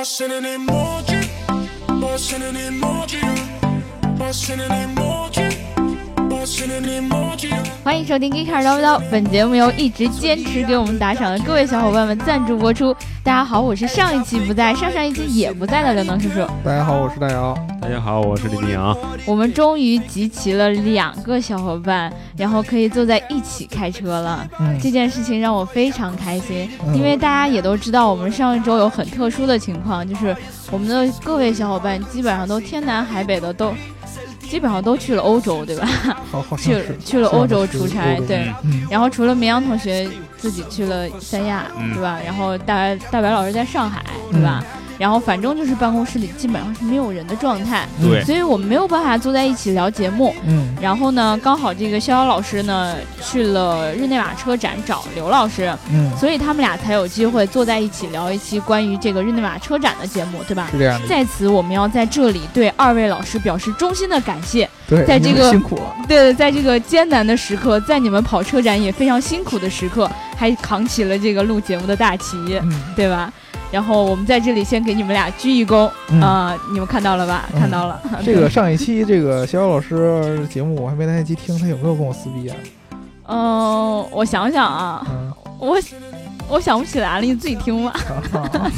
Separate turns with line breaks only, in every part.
Başının emoji, başının emoji, başının emoji, başının emoji.
欢迎收听《Geek 叨不叨》，本节目由一直坚持给我们打赏的各位小伙伴们赞助播出。大家好，我是上一期不在，上上一期也不在的刘能叔叔。
大家好，我是大姚。
大家好，我是李明阳。
我们终于集齐了两个小伙伴，然后可以坐在一起开车了。
嗯
这件事情让我非常开心，
嗯
因为大家也都知道，我们上一周有很特殊的情况，就是我们的各位小伙伴基本上都天南海北的都，基本上都去了欧洲，对吧？
好好像
去
是
去了欧洲出差，对。
嗯，
然后除了绵阳同学自己去了三亚，
嗯
对吧？然后大白大白老师在上海，对吧？然后反正就是办公室里基本上是没有人的状态，
对
所以我们没有办法坐在一起聊节目。
嗯
然后呢，刚好这个逍遥老师呢去了日内瓦车展找刘老师，
嗯，
所以他们俩才有机会坐在一起聊一期关于这个日内瓦车展的节目，对吧？
是这样的。
在此，我们要在这里对二位老师表示衷心的感谢。
对，
在这
你们
个
辛苦了，
对，在这个艰难的时刻，在你们跑车展也非常辛苦的时刻，还扛起了这个录节目的大旗，
嗯
对吧？然后我们在这里先给你们俩鞠一躬
嗯。
啊、你们看到了吧？
嗯
看 到了。
这个上一期这个逍遥老师节目，我还没来得及听，他有没有跟我 撕逼啊？
嗯、我想想啊，
嗯，
我我想不起来了，你自己听吧。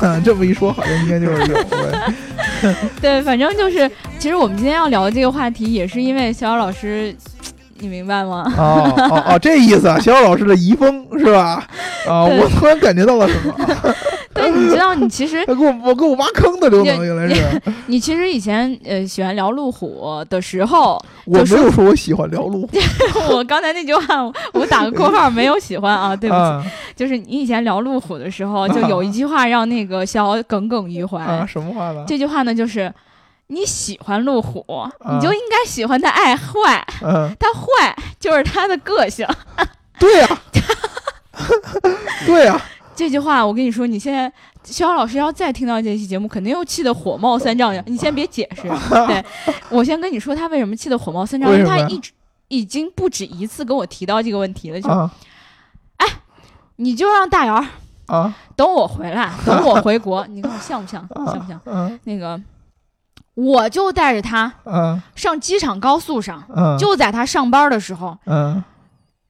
啊 这么一说，好像应该就是有呗。
对，反正就是，其实我们今天要聊的这个话题，也是因为小姚老师，你明白吗？
哦 哦哦，这意思啊，逍遥老师的遗风是吧？啊，
对
我突然感觉到了什 么？
对，你知道，你其实
他给我我给我挖坑的刘能原来是，
你其实以前呃喜欢聊路虎的时候，
我
就
没
是
有说我喜欢聊路虎，
我刚才那句话，我我打个括号，没有喜欢 啊， 对不起。
啊
就是你以前聊路虎的时 候，就有一句话让那个逍遥耿耿于怀。
啊，什么话呢？
这句话呢，就是你喜欢路虎，
啊
你就应该喜欢它爱坏，
嗯，
它坏就是它的个性。
对呀，对呀，
这句话，我跟你说，你现在逍遥老师要再听到这期节目，肯定又气得火冒三丈呀。你先别解释，啊 对我先跟你说他为什么气得火冒三丈，
为
因为
什
他
么呀
一直已经不止一次跟我提到这个问题了，就、
啊
你就让大姚儿
啊，
等我回 来，等我回国，你看我像不像？像不像？
嗯
那个，我就带着他
嗯
上机场高速上，
嗯，
就在他上班的时候，
嗯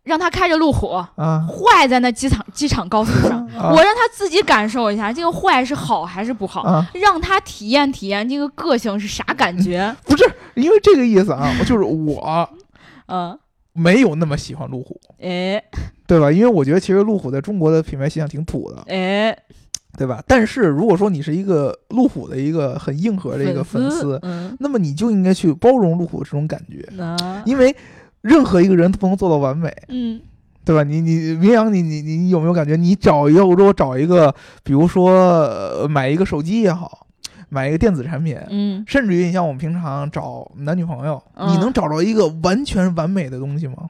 让他开着路虎
啊，
坏在那机场机场高速上，
啊
我让他自己感受一下这个坏是好还是不好，
啊，
让他体验体验这个个性是啥感 觉。
不是因为这个意思啊，我就是我
嗯，
没有那么喜欢路虎，
哎
对吧？因为我觉得其实路虎在中国的品牌形象挺土的，
哎，
对吧？但是如果说你是一个路虎的一个很硬核的一个粉丝，
嗯，
那么你就应该去包容路虎这种感觉，
那
因为。任何一个人都不能做到完美，
嗯，
对吧？你你明阳，你你你你有没有感觉？你找一个，或者我找一个，比如说、呃买一个手机也好，买一个电子产品，
嗯，
甚至于你像我们平常找男女朋友，
嗯
你能找着一个完全完美的东西吗？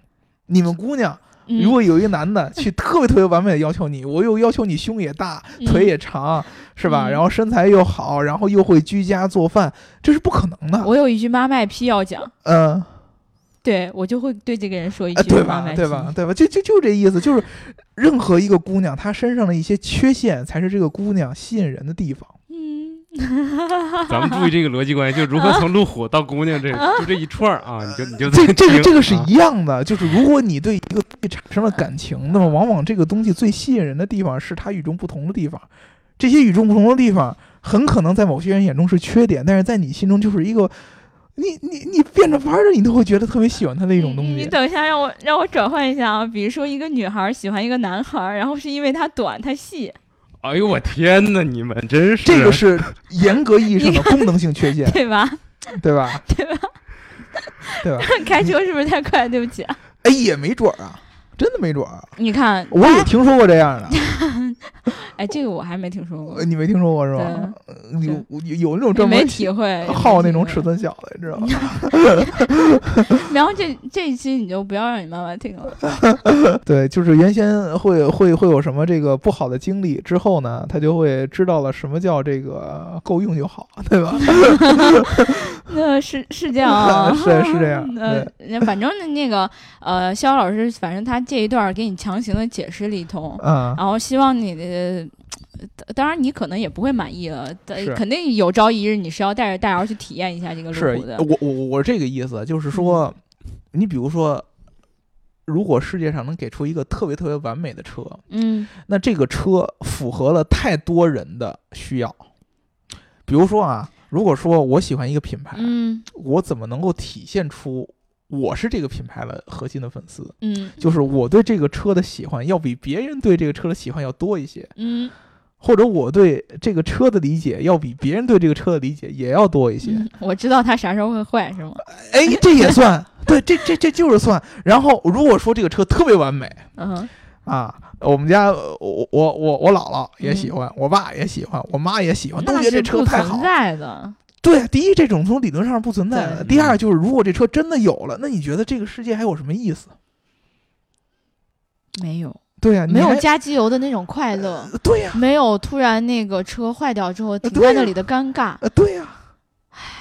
你们姑娘，
嗯
如果有一个男的去特别特别完美的要求你，我又要求你胸也大、
嗯
腿也长，是吧？
嗯
然后身材又好，然后又会居家做饭，这是不可能的。
我有一句妈卖批要讲，
嗯，
对我就会对这个人说一
呃
句
对
妈
吧
卖？批，
对吧？？对吧？就就就这意思，就是任何一个姑娘，她身上的一些缺陷，才是这个姑娘吸引人的地方。
嗯，
咱们注意这个逻辑关系，就如何从路虎到姑娘这，就这一串儿啊，你就你就
这
在
这个
听
这个是
啊
一样的，就是如果你对一个东西产生了感情，那么往往这个东西最吸引人的地方是它与众不同的地方。这些与众不同的地方，很可能在某些人眼中是缺点，但是在你心中就是一个，你你你变着法儿的，你都会觉得特别喜欢它的一种东
你你
西。
等一下，让我让我转换一下啊。比如说，一个女孩喜欢一个男孩，然后是因为他短他细，
哎呦我天哪，你们真是
这个是严格意义上的功能性缺 陷，
对吧？
对吧？对吧？对吧？
开车是不是太快？对不起啊，
哎，也没准儿啊，真的没准儿啊。
你看，
我也听说过这样的，
哎，这个我还没听说过
呃，你没听说过是吧？呃有有有那种
也
专门
没体会。
好那种尺
寸。
寸小的，你知道吗？
然后这这一期你就不要让你妈妈听了。
对，就是原先会会会有什么这个不好的经历，之后呢，他就会知道了什么叫这个够用就好，对 吧？，
那是是这样啊
是是这样
呃， 那反正那那个呃，肖老师，反正他这一段给你强行的解释了一通，
啊
然后希望你的呃当然你可能也不会满意了，但
是
肯定有朝一日你是要带着大姚去体验一下这个
是
路虎的。嗯
我我我这个意思，就是说，你比如说，如果世界上能给出一个特别特别完美的车，
嗯
那这个车符合了太多人的需要。比如说啊，如果说我喜欢一个品牌，
嗯
我怎么能够体现出我是这个品牌的核心的粉丝？
嗯
就是我对这个车的喜欢要比别人对这个车的喜欢要多一些，
嗯，
或者我对这个车的理解要比别人对这个车的理解也要多一些。
嗯我知道它啥时候会坏，是吗？
哎，这也算， 对，这这这就是算。然后如果说这个车特别完美
嗯
啊，我们家呃我我我我姥姥也喜欢，我爸也喜欢，我妈也喜欢，都
嗯那
觉哦得这
是
车
不
太好
存。在的。
对，第一，这种从理论上不存在的；
对
第二，就是如果这车真的有了，那你觉得这个世界还有什么意思？
没有，
对哎啊呀、你
没有
还
加机油的那种快乐，
对呀、
没有突然那个车坏掉之后停
对
在
呀
那里的尴尬。
呃，对呀、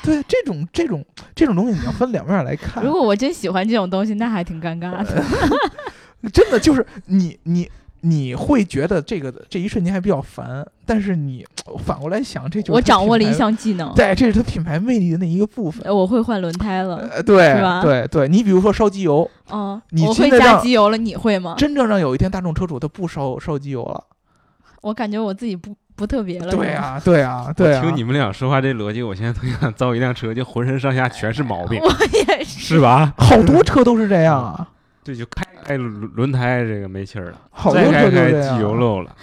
对，啊这种这种这种东西你要分两面来看。
如果我真喜欢这种东西，那还挺尴尬的。
哎真的就是你你你会觉得这个这一瞬间还比较烦，但但是你反过来想，这就是
我
它
掌握了
品
一
牌，
项技能，
对，这是它品牌魅力的那一个部分。
呃我会换轮胎了。
呃，对
是吧
对对，你比如说烧机油，
嗯，
你
我
真
会
的
加
让
机油了，你会吗？
真正让有一天大众车主他不烧烧机油了，
我感觉我自己不不特别了。
对啊对啊对啊，
听你们俩说话这逻辑，我现在都想造一辆车，就浑身上下全是毛
是
病
吧，，我也是。
是吧？
好多车都是这样啊，
对，就开开轮轮胎这个没气儿了，
好多
再
车
开
都
开
是这
机油
样。啊
漏了，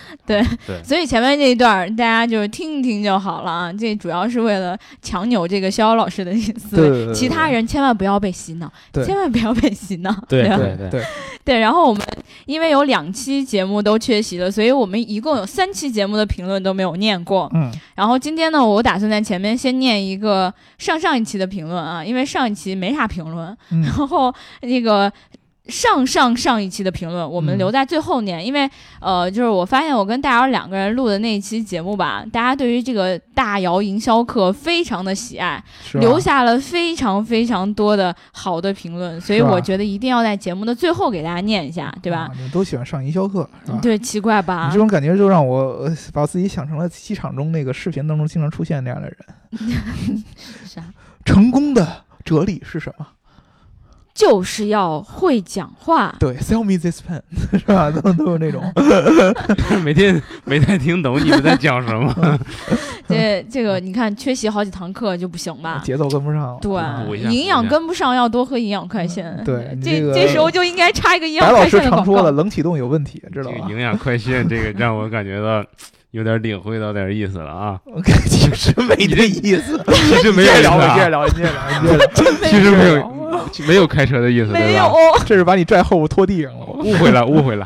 所以前面这一段儿大家就是听一听就好了啊，这主要是为了强扭这个逍遥老师的意思。
对对对
其他人千万不要被洗脑，
对
千万不要被洗脑。
对
吧
对对，
对，然后我们因为有两期节目都缺席了，所以我们一共有三期节目的评论都没有念过。
嗯，
然后今天呢，我打算在前面先念一个上上一期的评论啊，因为上一期没啥评论，
嗯
然后那个。上上上一期的评论，我们
嗯
留在最后念，因为呃，就是我发现我跟大姚两个人录的那一期节目吧，大家对于这个大姚营销课非常的喜爱，
是吧
留下了非常非常多的好的评论，所以
是吧
我觉得一定要在节目的最后给大家念一下，对吧
啊？？你们都喜欢上营销课是吧？
对，啊奇怪
啊你
吧
这？种感觉就让我呃把自己想成了机场中那个视频当中经常出现那样的人。
啥
成功的哲理是什么？
就是要会讲 话。
对，sell me this pen，是 吧？都都有那种，
没听没太听懂你们在讲什么，
这这个你看，缺席好几堂课就不行吧？
节奏跟不上了。啊
补一
啊对，啊
下
营
补
养
一下
跟不上，要多喝营养快线。
对你
这
这个
时候就应该插一个营养
白老
快
师
线的
常
广
说
告。
的冷启动有问题，知
这
道
个
吧
营养 快线这个让我感觉到有点领会到点意思了 啊，
？OK，其实没这意思。
其实
你
没有
接着
意思
聊吧，接着
啊，
聊，你接着聊，你接着聊。
其实没有
没嗯
没有开车的意思，
没
对
有
吧？，
这是把你拽后边拖地上了。
误会了，误 会了，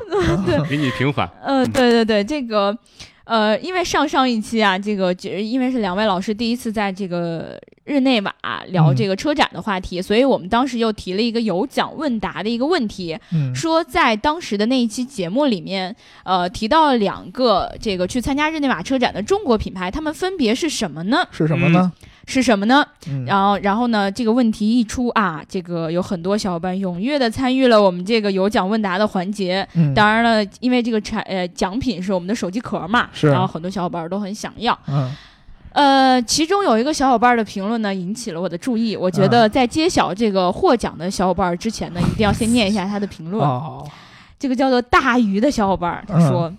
给你平反。
呃，对对对，这个。呃，因为上上一期啊，这个只因为是两位老师第一次在这个日内瓦聊
嗯
这个车展的话题，所以我们当时又提了一个有奖问答的一个问题，
嗯
说在当时的那一期节目里面，呃，提到了两个这个去参加日内瓦车展的中国品牌，他们分别是什么呢？
是什么呢？
是什么呢？
嗯，
然后，然后呢，这个问题一出啊，这个有很多小伙伴踊跃的参与了我们这个有奖问答的环节。
嗯
当然了，因为这个产呃奖品是我们的手机壳嘛，
是
然后很多小伙伴都很想要。
嗯，
呃，其中有一个小伙伴的评论呢，引起了我的注意。我觉得
嗯
在揭晓这个获奖的小伙伴之前呢，一定要先念一下他的评论。
哦，
这个叫做大鱼的小伙伴儿，他
嗯
说：“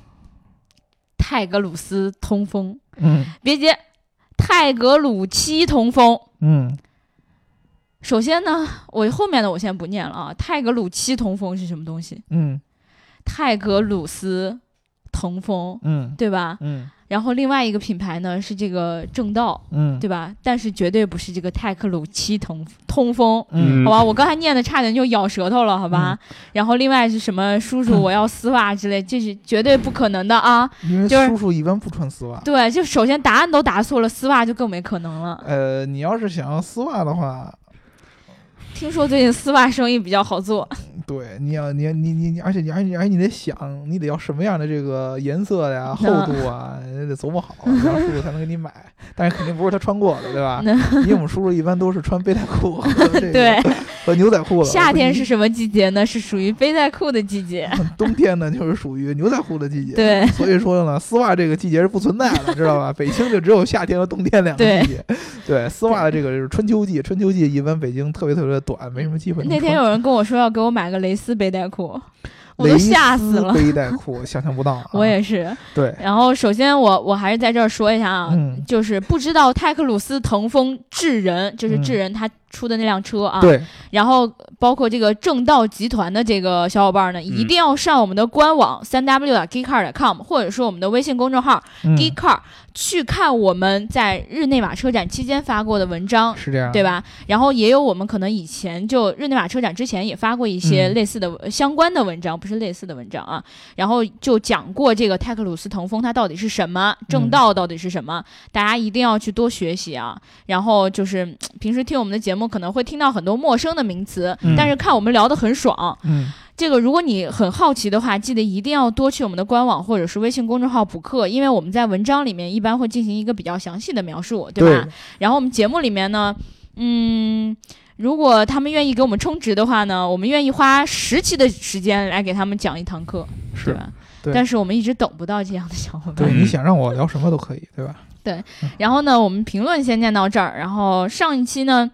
泰格鲁斯通风，
嗯
别急，泰格鲁七通风。
嗯，
首先呢，我后面的我先不念了啊。泰格鲁七通风是什么东西？
嗯
泰格鲁斯通风，
嗯
对吧？
嗯
然后另外一个品牌呢是这个正道，
嗯，
对吧？但是绝对不是这个泰格鲁七通通风。”
嗯
好吧，我刚才念的差点就咬舌头了，好吧。然后另外是什么，叔 叔我要丝袜之类，这是绝对不可能的啊！
因为
就是
叔叔一般不穿丝袜。
对，就首先答案都答错了，丝袜就更没可能了。
呃，你要是想要丝袜的话，
听说最近丝袜生意比较好做，
对，你要你你你你，而且你而且而且你得想，你得要什么样的这个颜色呀、厚
那
度啊，你得琢 磨好，然后叔叔才能给你买。但是肯定不是他穿过的，对吧？因为我们叔叔一般都是穿背带裤和这个
对，
和牛仔裤了。
夏天是什么季节呢？是属于背带裤的季节。
冬天呢，就是属于牛仔裤的季节。
对
所以说呢，丝袜这个季节是不存在的，知道 吧？北京就只有夏天和冬天两个
对
季节。对，丝袜的这个就是春秋季，春秋季一般北京特别特别的短，没什么机会能
那
穿。
天有人跟我说要给我买个蕾丝背带 裤，我
蕾
都
丝
吓死了。
背带裤，想象不到、啊。
我也是。
对，
然后首先我我还是在这儿说一下 啊，
嗯，
就是不知道泰克鲁斯腾风智人，就是
嗯
智人他出的那辆车啊，
对，
然后包括这个正道集团的这个小伙伴
嗯
呢，一定要上我们的官网三 w 点 geekcar com，或者说我们的微信公众号
嗯
geekcar 去看我们在日内瓦车展期间发过的文章。
是这样，
对？吧？然后也有我们可能以前就日内瓦车展之前也发过一些
嗯
类似的、呃相关的文章，不是类似的文章啊。然后就讲过这个泰克鲁斯腾风它到底是什么，
嗯
正道到底是什么，大家一定要去多学习啊。然后就是嗯平时听我们的节目可能会听到很多陌生的名词，
嗯
但是看我们聊得很爽。
嗯，
这个如果你很好奇的话，记得一定要多去我们的官网或者是微信公众号补课，因为我们在文章里面一般会进行一个比较详细的描述，对吧？
对，
然后我们节目里面呢，嗯，如果他们愿意给我们充值的话呢，我们愿意花十期的时间来给他们讲一堂课，对
是。
吧？
对
但是我们一直等不到这样的小伙伴
对，。
嗯
你想让我聊什么都可以，对吧？
然后呢，我们评论先念到这儿。然后上一期呢，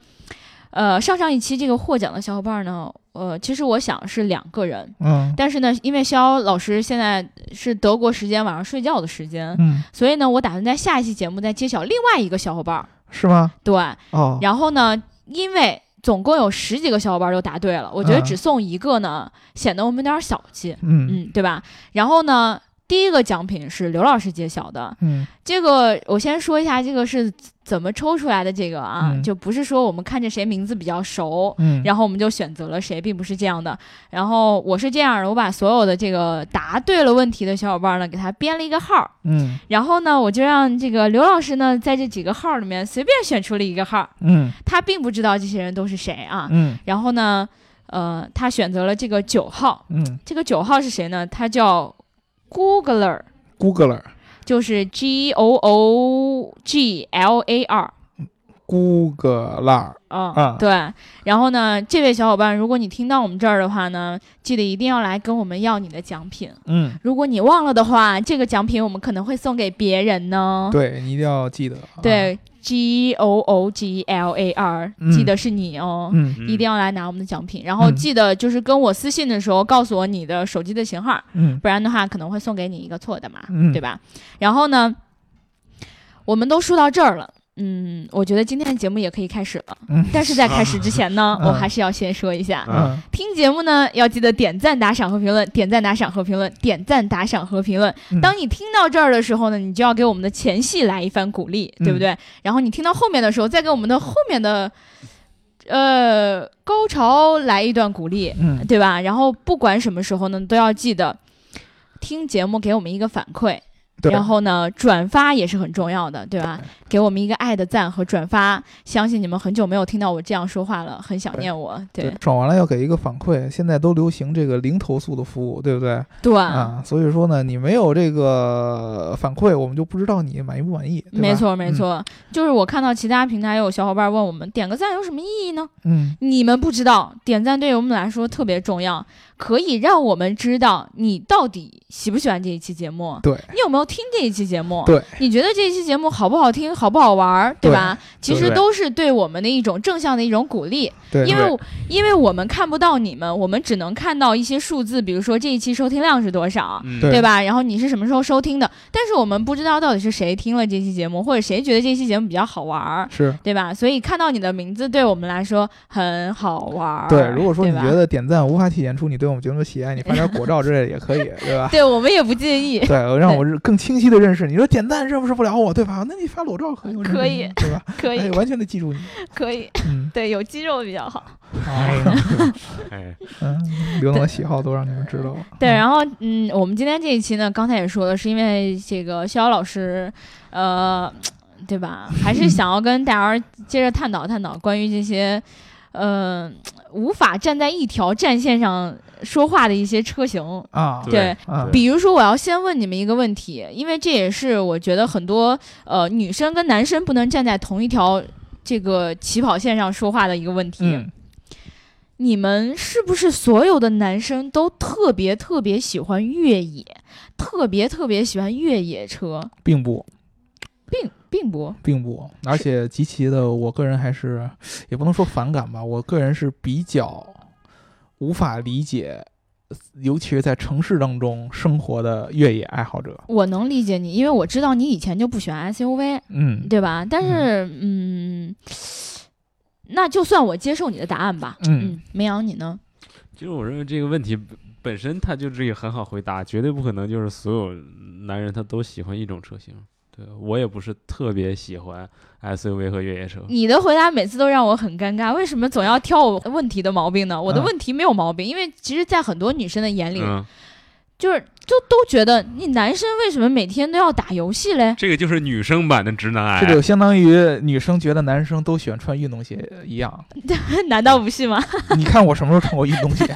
呃，上上一期这个获奖的小伙伴呢，呃，其实我想是两个人，
嗯
但是呢，因为肖老师现在是德国时间晚上睡觉的时间，
嗯，
所以呢，我打算在下一期节目再揭晓另外一个小伙伴儿。
是吗？
对，
哦，
然后呢，因为总共有十几个小伙伴都答对了，我觉得
嗯
只送一个呢，显得我们有点小气，
嗯
嗯，对吧？然后呢，第一个奖品是刘老师揭晓的，
嗯
这个我先说一下，这个是怎么抽出来的，这个啊，
嗯
就不是说我们看着谁名字比较熟。
嗯，
然后我们就选择了谁，并不是这样的。然后我是这样的，我把所有的这个答对了问题的小伙伴呢，给他编了一个号儿，
嗯
然后呢，我就让这个刘老师呢，在这几个号儿里面随便选出了一个号儿，
嗯
他并不知道这些人都是谁啊。
嗯
然后呢，呃，他选择了这个九号，
嗯
这个九号是谁呢？他叫 Googler，
，Googler，
就是 G O O G L A R。
g g o o l e r
嗯，
啊
对。然后呢，这位小伙伴，如果你听到我们这儿的话呢，记得一定要来跟我们要你的奖品。
嗯，
如果你忘了的话，这个奖品我们可能会送给别人呢。
对你一定要记得。，啊
对，G O O G L A R，、
嗯
记得是你哦。
嗯
一定要来拿我们的奖品。然后
嗯
记得就是跟我私信的时候告诉我你的手机的型号，
嗯
不然的话可能会送给你一个错的嘛，
嗯
对吧？然后呢，我们都说到这儿了。嗯，我觉得今天的节目也可以开始了。
嗯
但是在开始之前呢，
嗯
我还是要先说一下，
啊
嗯，
听节目呢要记得点赞、打赏和评论，点赞、打赏和评论，点赞、打赏和评论。
嗯
当你听到这儿的时候呢，你就要给我们的前戏来一番鼓励，
嗯
对不对？然后你听到后面的时候，再给我们的后面的呃高潮来一段鼓励，
嗯
对吧？然后不管什么时候呢，都要记得听节目给我们一个反馈，
对，
然后呢转发也是很重要的，对吧？给我们一个爱的赞和转发，相信你们很久没有听到我这样说话了，很想
对
念我，对
对，爽完了要给一个反馈。现在都流行这个零投诉的服务，对不对？
对。
啊，所以说呢，你没有这个反馈，我们就不知道你满意不满意。对吧嗯
没错，没。错，就是我看到其他平台有小伙伴问我们点个赞有什么意义呢？
嗯
你们不知道，点赞对于我们来说特别重要，可以让我们知道你到底喜不喜欢这一期节目
嗯，，对，
你有没有听这一期节目，
对，
你觉得这一期节目好不好听，好不好玩儿，
对
吧？其实
对
都是对我们的一种正向的一种鼓励，
嗯对，
因为我因为我们看不到你们，我们只能看到一些数字，比如说这一期收听量是多少，
嗯，
对
对吧？然后你是什么时候收听的？但是我们不知道到底是谁听了这期节目，或者谁觉得这期节目比较好玩儿，
是。
对吧？所以看到你的名字对我们来说很好玩儿。
对，如果说你
对吧
觉得点赞无法体现出你对我们节目的喜爱，你发点果照之类的也 可以，对吧？
对我们也不介 意。
对，我让我认更清晰的认识你。你说点赞认识不了我，对吧？那你发裸照可以，我认识
可
你
以
对吧？
可
哎，
以，
完全的记住你。
可以，
嗯，
对，有肌肉比较好。
哎
好，
呀，哎，
嗯，刘总的喜好都让你们知道了。
对，
嗯
然后嗯，我们今天这一期呢，刚才也说了，是因为这个逍遥老师，呃，对吧？还是想要跟大家接着探讨探讨关于这些。呃无法站在一条战线上说话的一些车型。
啊，
对
啊，
比如说，我要先问你们一个问题，因为这也是我觉得很多呃女生跟男生不能站在同一条这个起跑线上说话的一个问题。
嗯，
你们是不是所有的男生都特别特别喜欢越野，特别特别喜欢越野车，
并不，
并并不
并不，而且极其的，我个人还是也不能说反感吧，我个人是比较无法理解，尤其是在城市当中生活的越野爱好者。
我能理解你，因为我知道你以前就不喜欢 SUV，
嗯
对吧？但是，嗯，那就算我接受你的答案吧。
嗯
明阳你呢？
其实我认为这个问题本本身它就是一个很好回答，绝对不可能就是所有男人他都喜欢一种车型。对我也不是特别喜欢 SUV 和越野车，
你的回答每次都让我很尴尬，为什么总要挑我问题的毛病呢？我的
嗯
问题没有毛病，因为其实，在很多女生的眼里，
嗯，
就是就都觉得你男生为什么每天都要打游戏嘞？
这个就是女生版的直男癌。
这就相当于女生觉得男生都喜欢穿运动鞋一样。
难道不是吗？
你看我什么时候穿过运动鞋？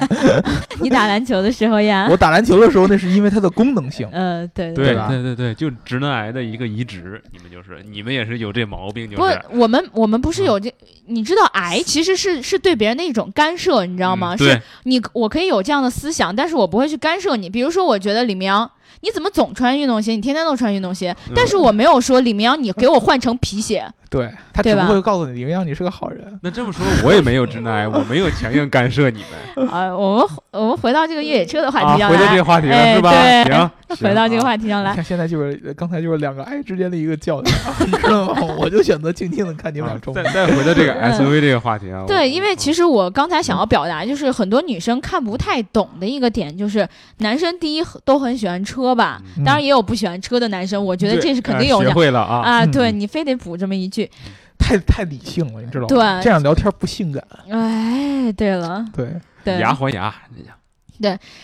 你打篮球的时候呀
我？打篮球的时候，那是因为它的功能性。
呃，对
对
对吧
对对对，就直男癌的一个移植，你们就是你们也是有这毛病，就
不
是，
我们我们不
嗯
是有这，你知道癌其实是是对别人的一种干涉，你知道吗？
嗯
是
对，
你我可以有这样的思想，但是我不会去干涉你。比如说，我觉得李明阳，你怎么总穿运动鞋？你天天都穿运动鞋，
嗯
但是我没有说李明阳，你给我换成皮鞋。
对他
对
只不
吧
会告诉你，让你是个好人。
那这么说我也没有直男癌，我没有强硬干涉你们。
啊，我们我们回到这个越野车的话
啊，
题上
回到这
来，
个话题了、
哎
是吧？
对
行，行
回到这个
啊
话题上
你
来。
看现在就是呃刚才就是两个哎爱之间的 一个较量，你知道吗？我就选择静静的看你们俩
啊
冲突
再。再回到这个
嗯
SUV 这个话题啊。
对，因为其
实
实我刚才想要表达，就是很多女生看不太懂的一个点，就是男生第一都很喜欢车吧，
嗯
当然也有不喜欢车的男生，我觉得这是肯定有
学
的。
会了啊。
啊，
嗯
对你非得补这么一句，
太太理性了，你知道吗？
对
这样聊天不性感。
哎，对了，
对，
对。
牙还牙，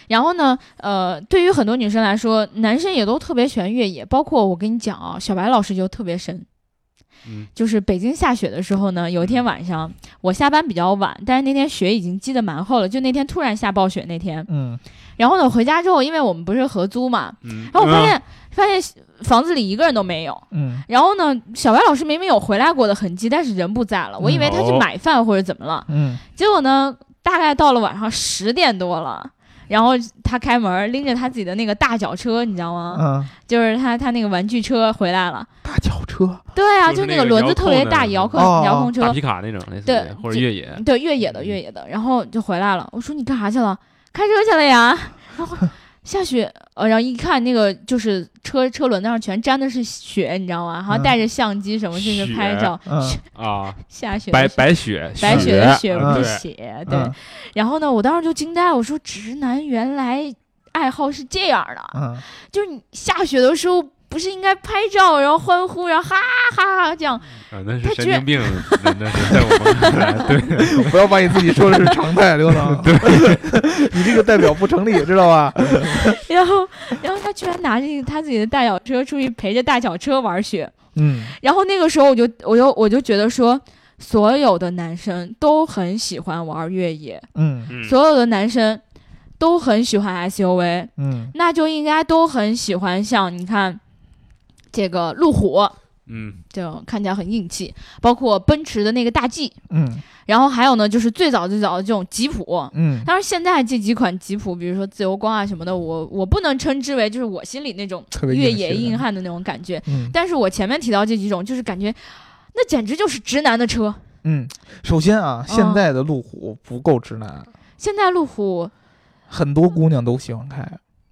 然后呢，呃，对于很多女生来说，男生也都特别喜欢越野，包括我跟你讲啊，小白老师就特别神，
嗯，
就是北京下雪的时候呢，有一天晚上我下班比较晚，但是那天雪已经积得蛮厚了，就那天突然下暴雪那天，
嗯，
然后呢回家之后，因为我们不是合租嘛，
嗯，
哦然后我发
嗯
现、发现房子里一个人都没有。
嗯，
然后呢，小白老师明明有回来过的痕迹，但是人不在了，我以为他去
哦
买饭或者怎么了。
嗯，
结果呢，大概到了晚上十点多了。然后他开门，拎着他自己的那个大脚车，你知道吗？
嗯，
就是他他那个玩具车回来了。
大轿车，
对啊，
就是
那
那
个
个
轮
遥
子特别
控的
大，
那
遥控
种
哦
遥控车
嗯大皮卡那种类似
对嗯
的，或者
这
越野，
对，越野的越野的，然后就回来了。我说你干啥去了？开车去了呀。 然后下雪，呃，然后一看那个就是车车轮子上全沾的是雪，你知道吗？然后
嗯
带着相机什么进去
雪
拍照，
嗯
啊，
下雪的
白
雪
白雪，
白雪的雪
啊
不
对
是血，对。
嗯
然后呢，我当时就惊呆了，我说直男原来爱好是这样的，
嗯，
就是你下雪的时候不是应该拍照，然后欢呼，然后哈哈哈这样。
啊，那
他
是神
居然
经病，那那是在我们 看来，对，
不要把你自己说的是常态，刘导， 你这个代表不成立，知道吧？
然后，然后他居然拿着他自己的大脚车出去陪着大脚车玩雪。
嗯，
然后那个时候我就我就我就觉得说，所有的男生都很喜欢玩越野，
嗯，
嗯
所有的男生都很喜欢 SUV，
嗯，
那就应该都很喜欢像你看这个路虎，
嗯，
就看起来很硬气，包括奔驰的那个大 G，
嗯，
然后还有呢就是最早最早的这种吉普。
嗯，
当然，现在这几款吉普，比如说自由光啊什么的，我我不能称之为就是我心里那种
特别
越野硬
硬
汉的那种感觉。
嗯
但是我前面提到这几种，就是感觉那简直就是直男的车。
嗯，首先啊，
嗯
现在的路虎不够直男，
现在路虎，
很多姑娘都喜欢开，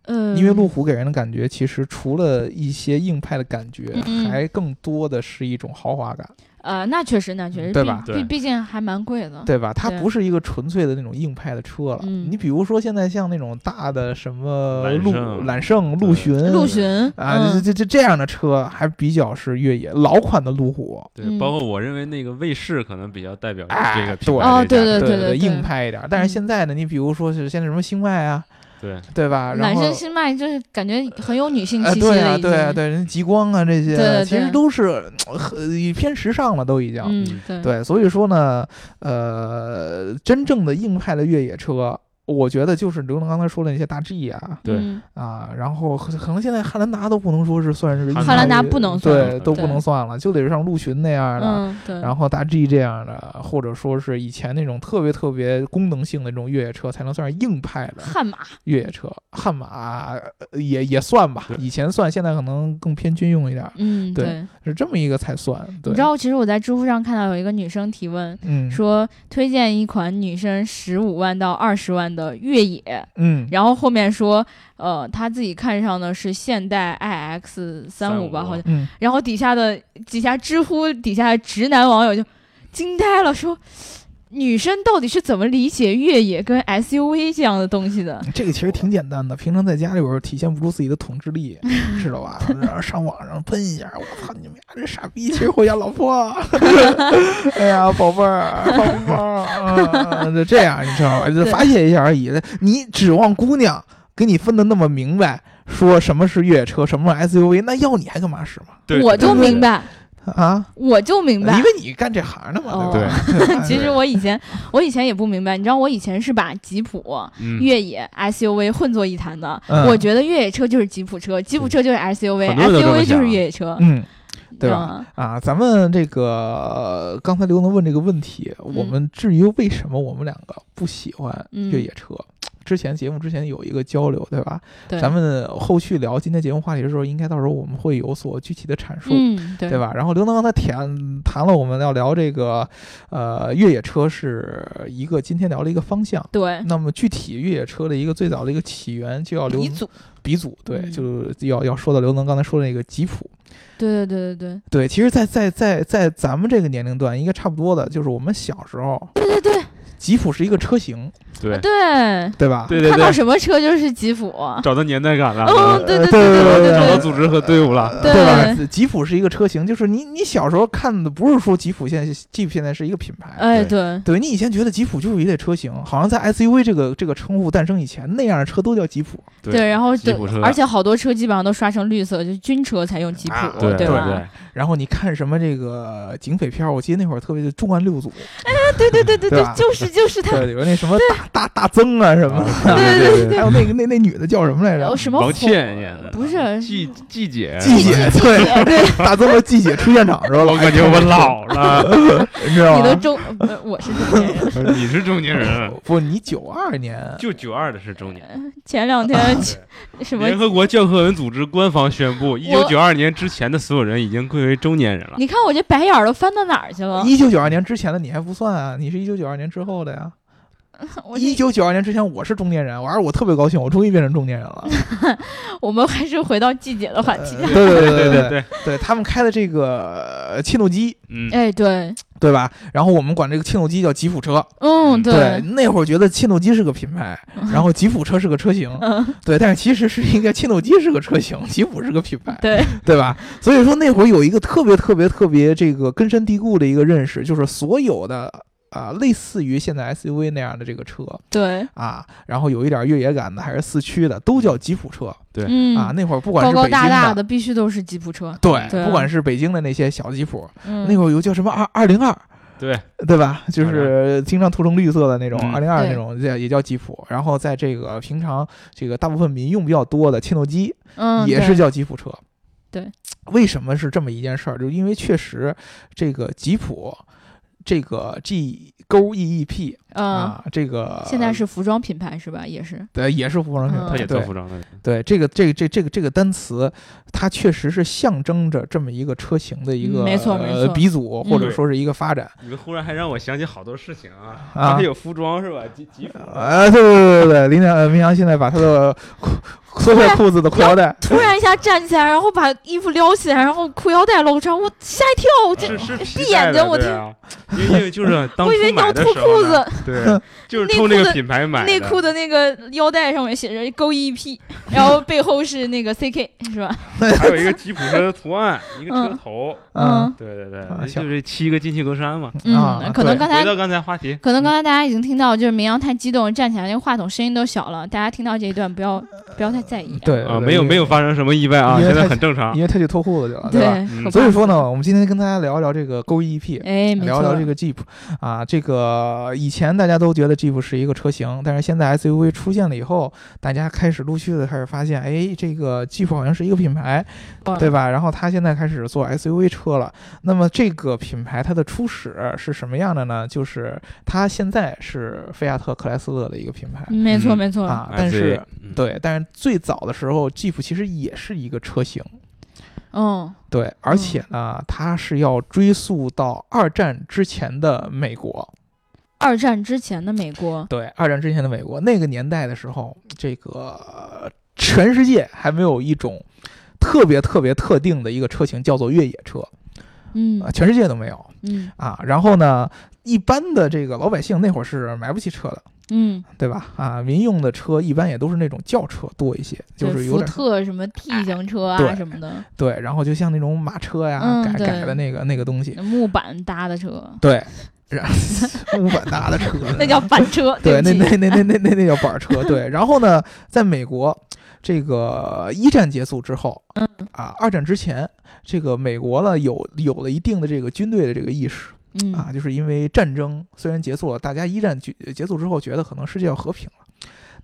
呃，
因为路虎给人的感觉，其实除了一些硬派的感觉，
嗯
还更多的是一种豪华感，
呃，那确实，那确实，
对吧
毕
对
毕毕竟还蛮贵的。
对吧？它
哦对
不是一个纯粹的那种硬派的车了。
嗯
你比如说现在像那种大的什么
揽
陆
胜啊
揽胜、陆
对
巡、
陆巡
啊，这
嗯
这这这样的车还比较是越野老款的路虎，
对，
嗯
包括我认为那个卫士可能比较代表
哎
这个
对
品牌
哦
这家
对
的
对嗯
对
对对
硬派一点。但是现在呢，你比如说是现在什么星脉啊，
对，
对吧？然
男
后
生心脉就是感觉很有女性
啊，
气息了，
对啊，
已经
对啊，，对，人极光啊这些，
对对
其实
对
都是很呃偏时尚了，都已经。
嗯，对，
对，所以说呢，呃，真正的硬派的越野车，我觉得就是刘能刚才说的那些大 G 啊
对
嗯
啊，然后可可能现在汉兰达都不能说是算是硬
汉兰
派
达
越
不能算
对，
了
都不
对
能算了，就得是像陆巡那样的。
嗯，对，
然后大 G 这样的，或者说是以前那种特别特别功能性的那种越野车，才能算是硬派的
悍马，
越野车。悍马呃也也算吧，
对
以前算，现在可能更偏军用一点儿，
嗯，
对
对。
是这么一个才算。对，
你知道，其实我在知乎上看到有一个女生提问，
嗯，
说推荐一款女生十五万到二十万的越野，
嗯，
然后后面说，呃，她自己看上的是现代 iX 三五吧，
35
好像，
嗯，
然后底下的底下知乎底下的直男网友就惊呆了，说。女生到底是怎么理解越野跟 SUV 这样的东西的？
这个其实挺简单的，平常在家里边儿体现不出自己的统 治力，知道吧？然后上网上喷一下，我操你们俩这傻逼，谁回家老婆？ 哎呀，宝贝儿，宝贝儿，啊，就这样你知道吧？就
对
发泄一下而已。你指望姑娘给你分的那么明白，说什么是越野车，什么是 SUV，那要你还干嘛使吗？
对
我就
对对
明白，
啊，
我就明
因
白。哦
为你干这行的嘛，对吧？
其实我以前，我以前也不明白。你知道，我以前是把吉普、
嗯，
越野、SUV 混作一谈的。
嗯
我觉得越野车就是吉普车，吉普车就是 SUV，
很多人都这么
SUV 就
想
是
啊
越野车，
嗯。对吧？
嗯？
啊，咱们这个刚才刘能问这个问题，我
嗯
们至于为什么我们两个不喜欢
嗯
越野车，之前节目之前有一个交流，对吧？
对，
咱们后续聊今天节目话题的时候，应该到时候我们会有所具体的阐述。
嗯，对
对？吧？然后刘能刚才谈谈了，我们要聊这个，呃，越野车是一个今天聊的一个方向。
对，
那么具体越野车的一个最早的一个起源，就要刘
嗯鼻祖，
鼻祖，对，
嗯
就要要说到刘能刚才说的那个吉普。
对对对对对
对，其实在，在在在咱们这个年龄段，应该差不多的，就是我们小时候，对对对，吉普是一个车型，
对
对。
对吧？
对对
啊
呃
看到
对，
什么车就是吉普，
找到年代感了，
嗯，对对
对
对
对对
对
找到
对
组织和队伍了，
对
吧？吉普是一个车型，就是你你小时候看的不是说吉普现在吉普现在是一个品牌，
哎对，
对你以前觉得吉普就是一类车型，好像在 SUV 这个这个称呼诞生以前，那样的车都叫吉普。
对，然后
吉
对
普车，
而且好多车基本上都刷成绿色，就军车才用吉普
啊，
对
对吧？
对，
然后你看什么这个警匪片儿，我记得那会儿特别的重案六组，
对对对对
对吧
就是就是他，
对，里边那什么大大大曾啊什么的，
对对
还有那个那那女的叫什么来
然后
着？
哦什么
王
火
倩演的，
不嗯是
季季姐，啊
季姐，对
对，
大曾和季姐出现场的时候，
我感觉我老了，
你知道
你
吗
都？中，呃我是中年人。
你是中年人，啊
不，你九二年，
就九二的是中年。
前两天 什么
联？合国教科文组织官方宣布，一九九二年之前的所有人已经归为中年人了。
你看我这白眼儿都翻到哪儿去了？
一九九二年之前的你还不算啊，你是一九九二年之后的呀。
我这
一九九二年之前我是中年人，我而我特别高兴，我终于变成中年人了。
我们还是回到季节的话题。
对对对
对
对对
对，
对，他们开的这个呃气动机，
嗯，
哎，对，
对吧？然后我们管这个气动机叫吉普车。
嗯，
对，，那会儿觉得气动机是个品牌，然后吉普车是个车型。
嗯，
对，但是其实是应该气动机是个车型，吉普是个品牌。
对，
对吧？所以说那会儿有一个特别特别特别这个根深蒂固的一个认识，就是所有的啊、类似于现在 SUV 那样的这个车
对，
啊，然后有一点越野感的还是四驱的，都叫吉普车
对
嗯，
啊。那会儿不管
高
是北
高
京
大大的必须都是吉普车。
对，
对
不管是北京的那些小吉普，
嗯，
那会儿有叫什么二二零二。
对
对吧？就是经常涂成绿色的那种
嗯
二零二
对
那种，也也叫吉普。然后在这个平常这个大部分民用比较多的切诺基，
嗯，
也
对
是叫吉普车。
对，
为什么是这么一件事儿？就因为确实这个吉普，这个 G 勾 E E P
嗯，
啊，这个
现在是服装品牌是吧？也 是，
呃也是服装品
嗯
他
牌，
也做
对
服装的，
对，这个这个这个这个这个单词，它确实是象征着这么一个车型的一个
嗯没错没
呃
错
鼻祖或者
嗯
说是一个发展
你们忽然还让我想起好多事情啊，
啊
嗯
还有服装是吧？吉吉普，
哎啊，对对对对对，林良呃明阳现在把他的裤缩小裤子的裤腰带，
突然一下站起来，然后把衣服撩起来，然后裤腰带露出来，我吓一跳，我这
是是皮
闭眼
带的
睛我
对
听
啊因为因 为就是当
呃
我以
初
为你
买
要
的
脱
时候
裤
呢
子，
对，就是
内
冲
裤
那个
的
品牌买
内
的
裤的那个腰带上面写着勾 EP，然 后背后是那个 CK 是吧？
还有一个吉普车的图案，一个车
嗯
头，
嗯
对对
啊
对，
行
就是七个进气格栅嘛。
啊
嗯，可能
对嗯
刚才
回到刚才话题，
可能刚才大家已经听到，就是明阳太激动，站起来，那个话筒声音都小了。大家听到这一段，不要不要太在意。
对
啊，没有没有，发生什么意外啊，
呃因为
现在
他
很正常
因。为他就脱裤子去了，啊吧？
对，
嗯
可不
所以说呢，我们今天跟大家聊一聊这个勾 EP，
哎，没
聊
错
一，聊这个 Jeep 啊，这个以前大家都觉得 Jeep 是一个车型，但是现在 SUV 出现了以后，大家开始陆续的开始发现，哎，这个 Jeep 好像是一个品牌，
嗯
对吧？然后它现在开始做 SUV 车了。那么这个品牌它的初始是什么样的呢？就是它现在是菲亚特克莱斯勒的一个品牌。
嗯没错
嗯
没错。
啊，
哎
但是，
嗯，
对，但是最早的时候，Jeep 其实也是一个车型，
嗯，
对，而且呢，它是要追溯到二战之前的美国。
二战之前的美国，
对，二战之前的美国，那个年代的时候，这个呃全世界还没有一种特别特别特定的一个车型叫做越野车，
嗯
啊，全世界都没有
嗯
啊。然后呢，一般的这个老百姓那会儿是买不起车的，
嗯，
对吧？啊，民用的车一般也都是那种轿车多一些，就
对
是有
福
点
特什么 T 型车啊
对
什么的，
对。然后就像那种马车呀，
嗯
改
对嗯
改的那个那个东西，
木板搭的车，
对，然后 木板搭的车，
那叫板车。
对，
不
那
起
那那那那那那叫板儿车。对，然后呢，在美国，这个一战结束之后，
嗯
啊，二战之前，这个美国呢有有了一定的这个军队的这个意识
嗯
啊，就是因为战争虽然结束了，大家一战结结束之后觉得可能世界要和平了，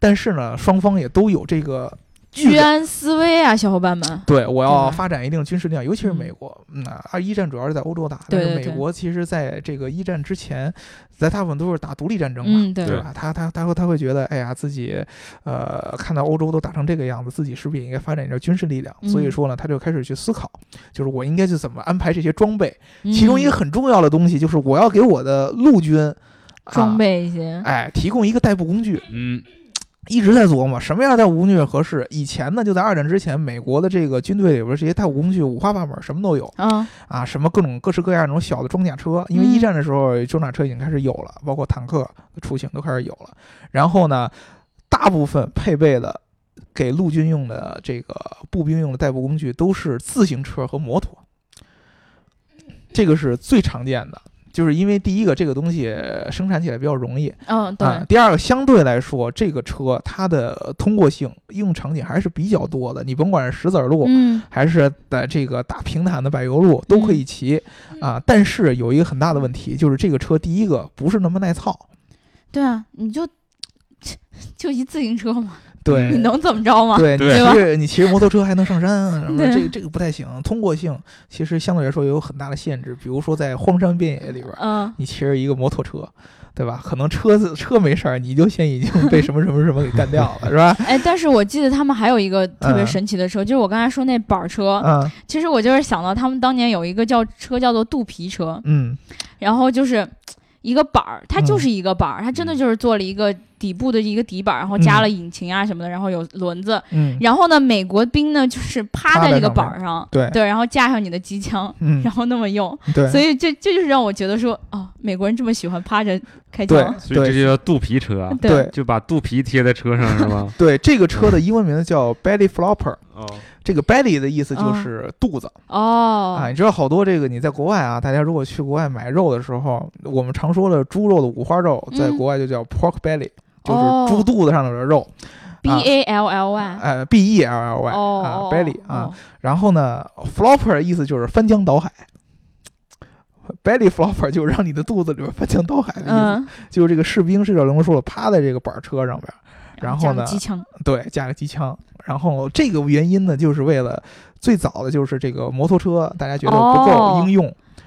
但是呢，双方也都有这个
居安思危啊，小伙伴们。
对，
对
我要
吧
发展一定军事力量，尤其是
嗯
美国。嗯，啊，一战主要是在欧洲打，
对
但
对
是
对
美国其实在这个一战之前，在大部分都是打独立战争嘛，
嗯，对，
对吧？他他他会他会觉得，哎呀，自己呃看到欧洲都打成这个样子，自己是不是也应该发展一点军事力量？所以
嗯
说呢，他就开始去思考，就是我应该去怎么安排这些装备。
嗯
其中一个很重要的东西就是我要给我的陆军、啊
装。备一些，
哎，提供一个代步工具，
嗯，
一直在琢磨什么样的代步工具合适。以前呢，就在二战之前，美国的这个军队里边儿这些代步工具五花八门，什么都有。
啊，
啊，什么各种各式各样那种小的装甲车，因为一
嗯
战的时候装甲车已经开始有了，包括坦克的雏形都开始有了。然后呢，大部分配备的给陆军用的这个步兵用的代步工具都是自行车和摩托，
嗯
这个是最常见的。就是因为第一个，这个东西生产起来比较容易
嗯，对，
啊、第二个，相对来说，这个车它的通过性、应用场景还是比较多的。你甭管是石子儿路，
嗯，
还是在这个大平坦的柏油路都
嗯
可以骑、
嗯
啊。但是有一个很大的问题，就是这个车第一个不是那么耐操，
对啊，你就就一自行车嘛，
对
你能怎么着嘛？
嗯对，
嗯对
你骑着你骑着摩托车还能上山啊，什么的
对
这个这个不太行。通过性其实相对来说也有很大的限制，比如说在荒山遍野里边，
嗯，
你骑着一个摩托车，对吧？可能车子车没事儿，你就先 已经被什么什么什么给干掉了，是吧？
哎，但是我记得他们还有一个特别
嗯
神奇的车，就是我刚才说那板儿车。
啊，
其实我就是想到他们当年有一个叫车叫做肚皮车，
嗯
然后就是一个板儿，它
嗯
就是一个板儿，它真的就是做了一个底部的一个底板儿，然后加
嗯
了引擎啊什么的，然后有轮子。
嗯，
然后呢，美国兵呢就是趴
趴
在这
在
个
上
板
面
儿上，
对，
对，然后架上你的机枪，
嗯
然，后那么用。所
对，
以这这就是让我觉得说，哦，美国人这么喜欢趴着开
对
枪，
所以这
对
就叫肚皮车啊，
对
对
就把肚皮贴在车上是 吗？
对，这个车的英文名字叫 Belly Flopper。
哦，
这个 belly 的意思就
嗯
是肚子、啊，
哦，
你知道好多这个你在国外啊，大家如果去国外买肉的时候，我们常说的猪肉的五花肉，
嗯
在国外就叫 pork belly，、
哦
就是猪肚子上面的肉，
，B A L L Y，
呃，b e l l y 啊
哦
，belly 啊。
哦
然后呢，flopper 的意思就是翻江倒海，belly flopper 就是让你的肚子里边翻江倒海的意思，
嗯，
就是这个士兵是小龙说了，趴在这个板儿车上边，然后
加个
呢
机枪，
对，架个机枪。然后这个原因呢，就是为了最早的就是这个摩托车，大家觉得不够
哦
应用，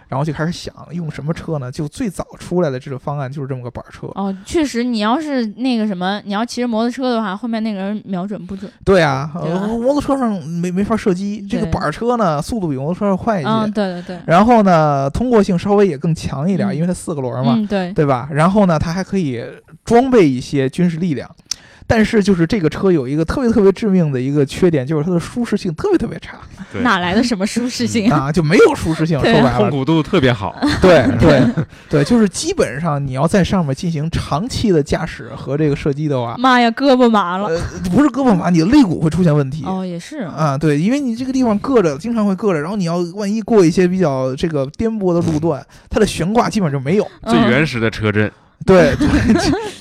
然后就开始想用什么车呢？就最早出来的这个方案就是这么个板儿车。
哦，确实，你要是那个什么，你要骑着摩托车的话，后面那个人瞄准不准，
对啊，
对啊
呃摩托车上没没法射击，这个
对
板儿车呢速度比摩托车要快一些，
嗯，对对对，
然后呢通过性稍微也更强一点，
嗯
因为它四个轮儿嘛，
嗯，对，
对吧？然后呢它还可以装备一些军事力量。但是就是这个车有一个特别特别致命的一个缺点，就是它的舒适性特别特别差
对
哪来的什么舒适 性？
啊，就没有舒适性。说
对
白
痛
了，
苦度特别好，
对 对对，就是基本上你要在上面进行长期的驾驶和这个射击的话，
妈呀，胳膊麻了。
呃，不是胳膊麻，你的肋骨会出现问题。
嗯哦，也是，
啊，对，因为你这个地方硌着，经常会硌着，然后你要万一过一些比较这个颠簸的 路段，它的悬挂基本就没有，
嗯
最原始的车震，
对，对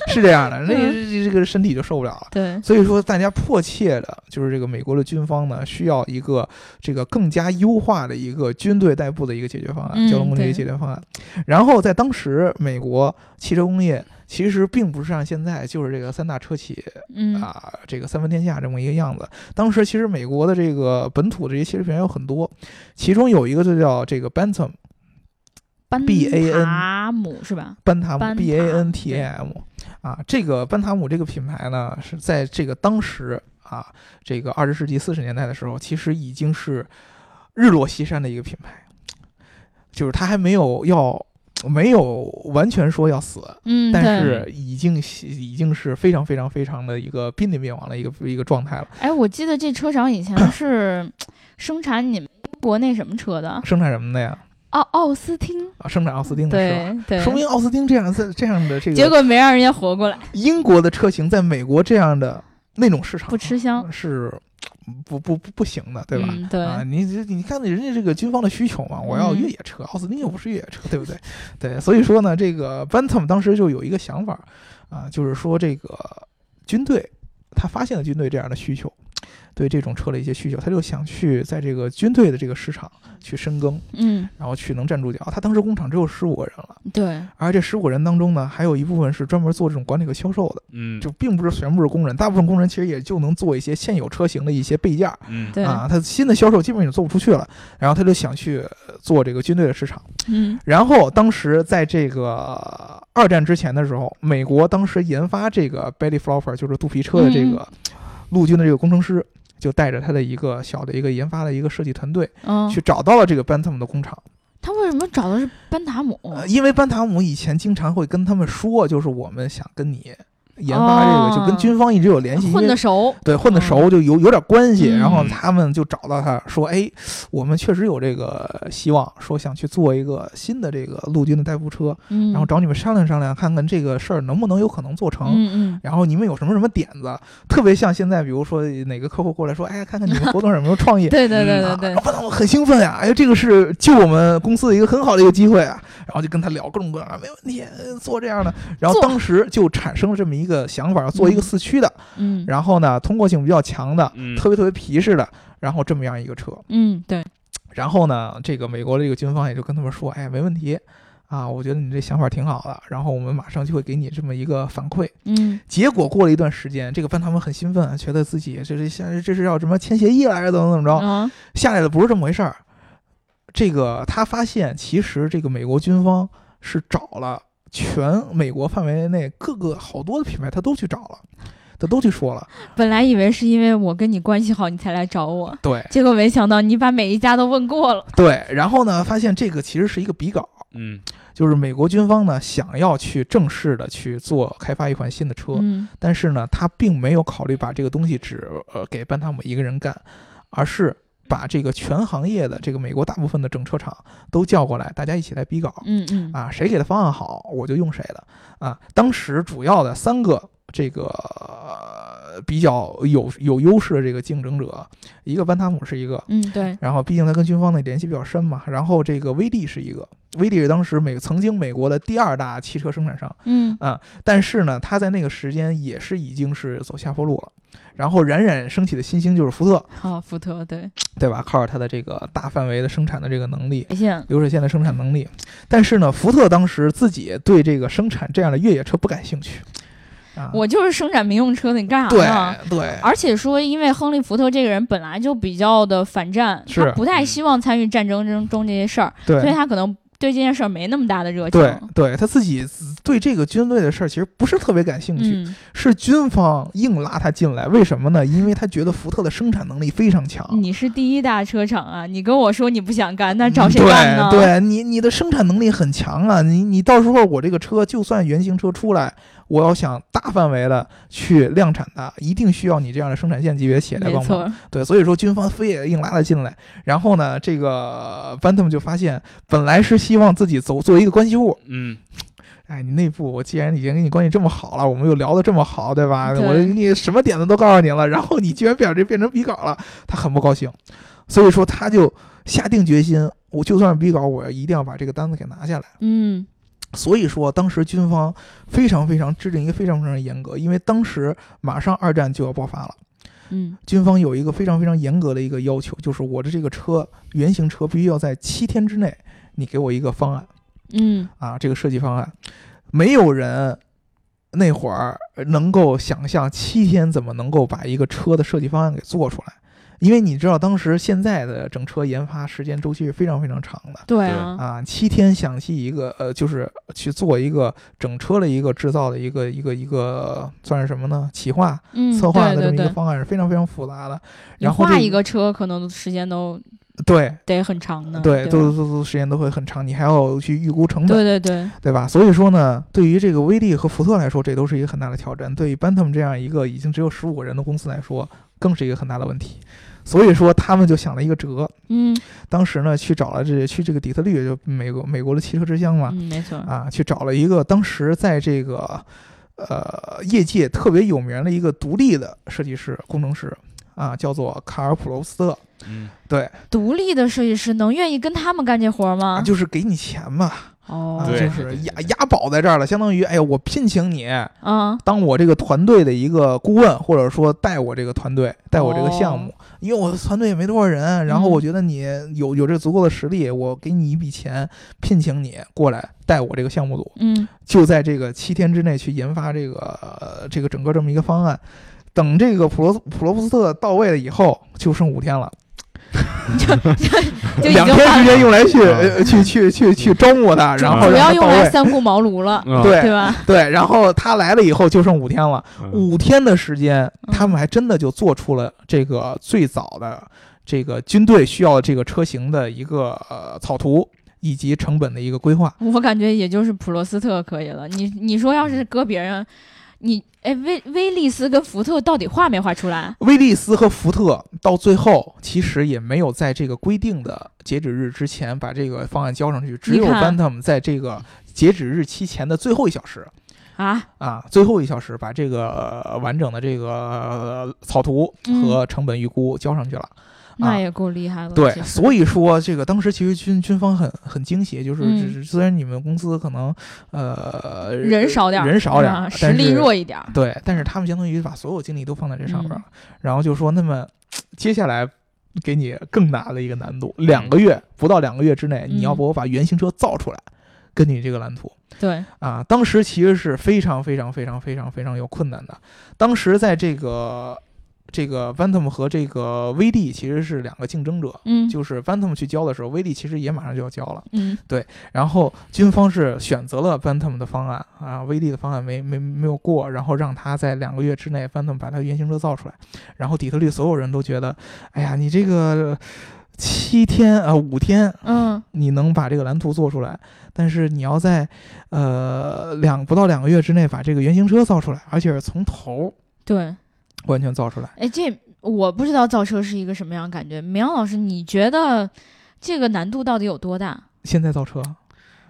是这样的，那
嗯
这这个身体就受不了了。
对，
所以说，大家迫切的就是这个美国的军方呢，需要一个这个更加优化的一个军队代步的一个解决方案，
嗯
交通工具的
对
解决方案。然后在当时，美国汽车工业其实并不是像现在就是这个三大车企
嗯，
啊，这个三分天下这么一个样子。当时其实美国的这个本土的这些汽车品牌有很多，其中有一个就叫这个 Bantam
班
B A N
塔姆是吧？
班塔姆
班塔
B A N T A M 啊，这个班塔姆这个品牌呢，是在这个当时啊，这个二十世纪四十年代的时候，其实已经是日落西山的一个品牌，就是它还没有要。没有完全说要死，
嗯，
但
对
是已经已经是非常非常非常的一个濒临灭亡的一个一个状态了。
哎，我记得这车厂以前是 生产你们英国那什么车的，
生产什么的呀？
奥奥斯汀，
啊，生产奥斯汀的是吧？
对对，
说明奥斯汀这样在这样的这
结
个
果没让人家活过来，
英国的车型，在美国这样的那种市场
不吃香，
是不不不不行的，对吧？
嗯，对，
啊，你这你看人家这个军方的需求嘛，我要
嗯
越野车，奥斯汀又不是越野车，对不 对？对，所以说呢，这个 Bantam 当时就有一个想法啊，就是说这个军队他发现了军队这样的需求，对这种车的一些需求，他就想去在这个军队的这个市场去深耕，
嗯，
然后去能站住脚。他当时工厂只有十五个人了，
对，
而这十五个人当中呢，还有一部分是专门做这种管理和销售的，
嗯
就并不是全部是工人。大部分工人其实也就能做一些现有车型的一些备件儿
嗯，
对，
啊，他新的销售基本也做不出去了。然后他就想去呃做这个军队的市场。
嗯，
然后当时在这个呃二战之前的时候，美国当时研发这个 belly flopper，就是肚皮车的
嗯
这个陆军的这个工程师，就带着他的一个小的一个研发的一个设计团队，
嗯，
去找到了这个 Bantam 的工厂。
他为什么找的是班塔姆？
呃，因为班塔姆以前经常会跟他们说，就是我们想跟你研发这个，就跟
哦
军方一直有联系，因
混
为
得熟，
对混得熟就有有点关系。然后
嗯
他们就找到他说，哎，我们确实有这个希望，说想去做一个新的这个陆军的代步车，
嗯，
然后找你们商量商量，看看这个事儿能不能有可能做成。
嗯嗯，
然后你们有什么什么点子？特别像现在，比如说哪个客户过来说，哎呀，看看你 们活动上有没有创意，
对对对
啊
对对
然后，班长很兴奋呀、哎呀，这个是救我们公司的一个很好的一个机会啊，然后就跟他聊各种各样的，没问题，呃做这样的，然后
做
当时就产生了这么一个想法，做一个四驱的，
嗯
然后呢，通过性比较强的，
嗯
特别特别皮实的，然后这么样一个车，
嗯，对，
然后呢，这个美国的这个军方也就跟他们说，哎，没问题。啊，我觉得你这想法挺好的，然后我们马上就会给你这么一个反馈。
嗯
结果过了一段时间，这个班他们很兴奋，啊觉得自己这是像这是要什么签协议了，还是怎么怎么着？
啊，
下来的不是这么回事儿。这个他发现，其实这个美国军方是找了全美国范围内各个好多的品牌，他都去找了，他都去说了。
本来以为是因为我跟你关系好，你才来找 我。
对
结果没想到你把每一家都问过了，
对，然后呢，发现这个其实是一个比稿，
嗯
就是美国军方呢想要去正式的去做开发一款新的车，
嗯
但是呢，他并没有考虑把这个东西只呃给班塔姆一个人干，而是把这个全行业的这个美国大部分的整车厂都叫过来，大家一起来比稿。
嗯嗯，
啊，谁给的方案好，我就用谁的啊。当时主要的三个这个、呃比较有有优势的这个竞争者，一个班塔姆是一个，
嗯对，
然后毕竟他跟军方的联系比较深嘛，然后这个威利是一个，威利是当时美曾经美国的第二大汽车生产商，
嗯
但是呢，他在那个时间也是已经是走下坡路了。然后冉冉升起的新星就是福特，
好，福特对，
对吧？靠着它的这个大范围的生产的这个能力，
北线，
流水线的生产能力。但是呢，福特当时自己对这个生产这样的越野车不感兴趣啊。
我就是生产民用车的，你干啥
对
呢？
对
而且说，因为亨利·福特这个人本来就比较的反战，
是
他不太希望参与战争中中这些事儿，所以
对
他可能对这件事儿没那么大的热情。
对对，他自己对这个军队的事儿其实不是特别感兴趣，
嗯
是军方硬拉他进来。为什么呢？因为他觉得福特的生产能力非常强。
你是第一大车厂啊，你跟我说你不想干，那找谁干呢？
对，对你你的生产能力很强啊，你你到时候我这个车就算原型车出来，我要想大范围的去量产它，一定需要你这样的生产线级别企业来
没
帮忙。
错，
对，所以说军方非也硬拉他进来，然后呢，这个班特姆就发现，本来是希望自己走做一个关系户，
嗯，
哎，你内部我既然已经跟你关系这么好了，我们又聊得这么好，对吧？
对
我你什么点子都告诉你了，然后你居然表这变成比稿了，他很不高兴，所以说他就下定决心，我就算是比稿，我一定要把这个单子给拿下来。
嗯，
所以说，当时军方非常非常制定一个非常非常严格，因为当时马上二战就要爆发了，
嗯，
军方有一个非常非常严格的一个要求，就是我的这个车原型车必须要在七天之内，你给我一个方案。
嗯，
啊，这个设计方案，没有人那会儿能够想象七天怎么能够把一个车的设计方案给做出来，因为你知道当时现在的整车研发时间周期是非常非常长的。
对啊，
啊，七天想去一个呃，就是去做一个整车的一个制造的一个一个一个算是什么呢？企划、
嗯，
啊策划的这
对
么
对
一个
对，
方案是非常非常复杂的。
你
然后
画
这
一个车可能时间都
对
得很长呢。
对，
吧
都都都时间都会很长，你还要去预估成
嗯
本。
对对对，
对吧？所以说呢，对于这个威利和福特来说，这都是一个很大的挑战；对于 Bantam 这样一个已经只有十五个人的公司来说，更是一个很大的问题。所以说，他们就想了一个辙，
嗯，
当时呢去找了这去这个底特律，就美国美国的汽车之乡嘛，
嗯，没错，
啊，去找了一个当时在这个呃业界特别有名的一个独立的设计师、工程师啊，叫做卡尔普罗斯特，
嗯，
对，
独立的设计师能愿意跟他们干这活吗？
啊就是给你钱嘛，
哦
啊，
对
就
对
是
对
押
对
押宝在这儿了，相当于哎呀，我聘请你，
啊，
当我这个团队的一个顾问，或者说带我这个团
哦
队，带我这个项目，因为我的团队也没多少人，然后
嗯
我觉得你有有这足够的实力，我给你一笔钱，聘请你过来带我这个项目组，
嗯，
就在这个七天之内去研发这个、呃、这个整个这么一个方案。等这个普罗普罗布斯特到位了以后，就剩五天了，
就已
两
经
天时
换
间用来去、
嗯
呃、去去去去招募他，然后
嗯主
让
要
他
用
到
来
位。
三顾茅庐了，
啊
对
对吧？
对，然后他来了以后就剩五天了。
嗯
五天的时间，
嗯
他们还真的就做出了这个最早的这个军队需要的这个车型的一个呃草图以及成本的一个规划。
我感觉也就是普罗斯特可以了。你你说要是搁别人，你哎威威利斯跟福特到底画没画出来？
威利斯和福特到最后其实也没有在这个规定的截止日之前把这个方案交上去，只有
你嗯看
Bantam 在这个截止日期前的最后一小时
啊，
啊，最后一小时把这个、呃完整的这个、呃草图和成本预估交上去了。
嗯
啊
那也够厉害了。
对
其，实
所以说这个当时其实军军方很很惊喜，就是、
嗯
只是虽然你们公司可能呃
人少点儿，
人少点儿
啊，
但
实
是
力弱一点儿。
对，但是他们相当于把所有精力都放在这上
嗯
面了，然后就说那么接下来。给你更大的一个难度，两个月不到两个月之内，你要
嗯
把我把原型车造出来，根据这个蓝图
对，
啊，当时其实是非常非常非常非常非常有困难的。当时在这个这个 Bantam 和这个威利其实是两个竞争者，
嗯，
就是 Bantam 去交的时候，威利其实也马上就要交了。
嗯
然后军方是选择了 Bantam 的方案啊，威利的方案没没没有过，然后让他在两个月之内 Bantam 把他原型车造出来。然后底特律所有人都觉得，哎呀，你这个七天啊、呃、五天。
嗯，
你能把这个蓝图做出来，但是你要在，呃，两不到两个月之内把这个原型车造出来，而且是从头
对。
完全造出来。
哎，这我不知道造车是一个什么样的感觉。明阳老师，你觉得这个难度到底有多大？
现在造车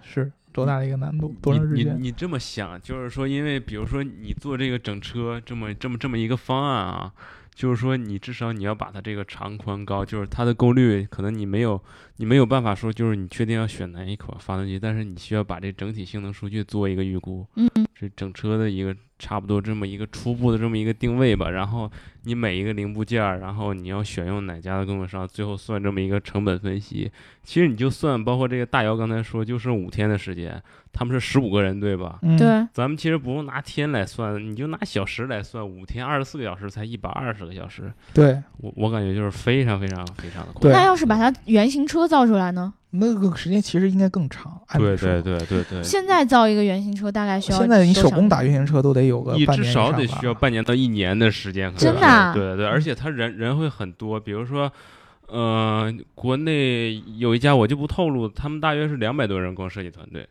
是多大的一个难度？多长时
你你
间？
你这么想，就是说，因为比如说你做这个整车这么这么这么一个方案啊，就是说你至少你要把它这个长宽高，就是它的功率，可能你没有你没有办法说就是你确定要选哪一款发动机，但是你需要把这整体性能数据做一个预估，
嗯，
这整车的一个差不多这么一个初步的这么一个定位吧，然后你每一个零部件儿，然后你要选用哪家的供应商，最后算这么一个成本分析。其实你就算包括这个大姚刚才说，就剩五天的时间，他们是十五个人对吧？
嗯，
对，
咱们其实不用拿天来算，你就拿小时来算，五天二十四个小时才一百二十个小时，
对，
我我感觉就是非常非常非常的
对
快。
那要是把它原型车造出来呢？
那个时间其实应该更长。按理
对
说
对对对 对，
现在造一个原型车大概需要
现在你
多
手
长
工打原型车都得有个
你
半
至
年以
少
上
得
吧
需要半年到一年的时间，可能
真
是
的啊
对
嗯
对，而且他人人会很多，比如说，呃，国内有一家我就不透露，他们大约是两百多人光设计团队，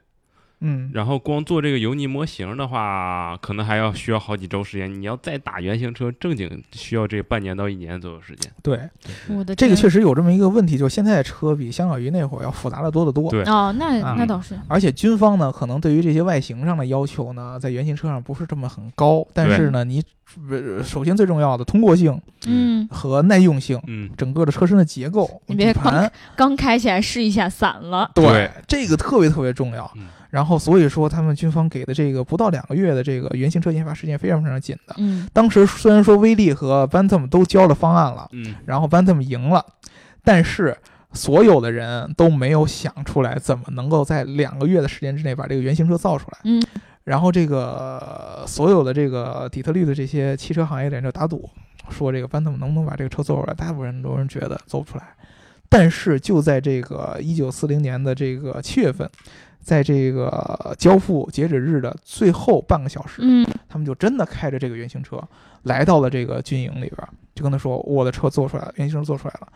嗯，
然后光做这个油泥模型的话，可能还要需要好几周时间，你要再打原型车正经需要这半年到一年左右时间，
对，
我的
这
天
个确实有这么一个问题，就是现在的车比相较于那会儿要复杂的多得多。
对
哦，那那
嗯
倒是，
而且军方呢，可能对于这些外形上的要求呢，在原型车上不是这么很高，但是呢，你呃首先最重要的通过性
嗯，
和耐用性，
嗯，
整个的车身的结构、
你别
底盘，
刚开起来试一下散了，
对
这个特别特别重要
嗯。
然后所以说，他们军方给的这个不到两个月的这个原型车研发时间非常非常紧的。
嗯，
当时虽然说威利和 Bantam 都交了方案了，
嗯
然后 Bantam 赢了，但是所有的人都没有想出来怎么能够在两个月的时间之内把这个原型车造出来。
嗯，
然后这个呃所有的这个底特律的这些汽车行业的人就打赌，说这个 Bantam 能不能把这个车做出来？大部分人都人觉得做不出来。但是就在这个一九四零年的这个七月份，在这个交付截止日的最后半个小时，
嗯，
他们就真的开着这个原型车来到了这个军营里边儿，就跟他说：“我的车做出来了，原型车做出来了。”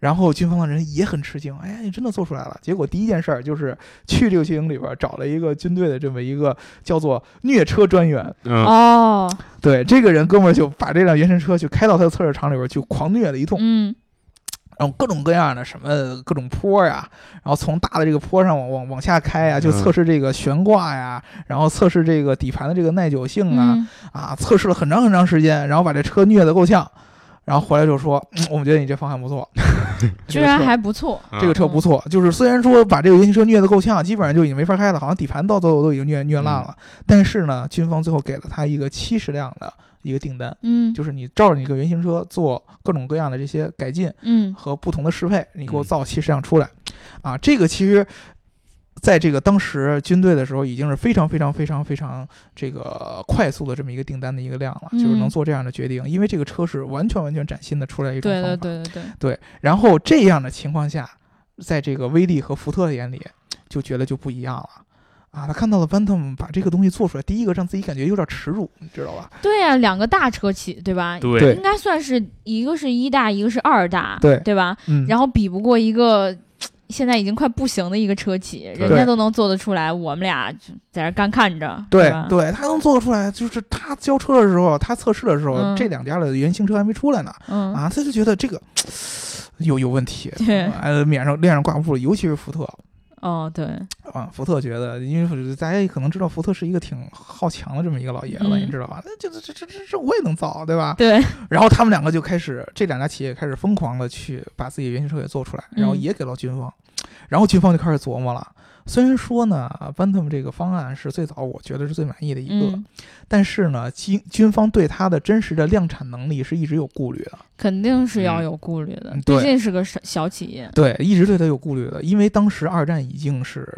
然后军方的人也很吃惊，哎呀，你真的做出来了！结果第一件事儿就是去这个军营里边儿找了一个军队的这么一个叫做虐车专员，
嗯
哦，
对这个人哥们儿就把这辆原型车就开到他的测试场里边儿就狂虐了一通，
嗯，
然后各种各样的什么各种坡呀、然后从大的这个坡上往往往下开啊，就
嗯
测试这个悬挂呀，然后测试这个底盘的这个耐久性啊，
嗯，
啊，测试了很长很长时间，然后把这车虐得够呛，然后回来就说，嗯、我们觉得你这方案不错，
居然
这个车
还不错，
这个车不错，就是虽然说把这个原型车虐得够呛，基本上就已经没法开了，好像底盘到最后都已经虐虐烂了，但是呢，军方最后给了他一个七十辆的一个订单，
嗯
就是你照着你这个原型车做各种各样的这些改进
嗯，
和不同的适配，你给我
嗯
造七十辆出来，啊，这个其实。在这个当时军队的时候，已经是非常非常非常非常这个快速的这么一个订单的一个量了，就是
嗯
能做这样的决定，因为这个车是完全完全崭新的出来一种
对
方法。
对对对对，
对，然后这样的情况下，在这个威利和福特眼里，就觉得就不一样了。啊，他看到了 Bantam 把这个东西做出来，第一个让自己感觉有点耻辱，你知道吧？
对呀、两个大车企，对吧？
对
应该算是一个是一大，一个是二大，
对
吧？
嗯，
然后比不过一个嘖现在已经快不行的一个车企，人家
对
都能做得出来，我们俩就在这儿干看着，
对
吧？
对，他能做得出来，就是他交车的时候，他测试的时候，
嗯
这两家的原型车还没出来呢，
嗯，
啊，他就觉得这个有有问题，
对
呃，脸上脸上挂不住，尤其是福特。
哦，对，
啊，福特觉得，因为大家也可能知道，福特是一个挺好强的这么一个老爷子，
嗯
你知道吧？那就这这这这我也能造，对吧？
对，
然后他们两个就开始，这两家企业开始疯狂的去把自己的原型车给做出来，然后
嗯
也给到军方，然后军方就开始琢磨了。虽然说呢，Bantam 这个方案是最早我觉得是最满意的一个，
嗯，
但是呢，军军方对它的真实的量产能力是一直有顾虑的，
肯定是要有顾虑的，
嗯
毕
对啊
竟是个小小企业，
对，一直对它有顾虑的，因为当时二战已经是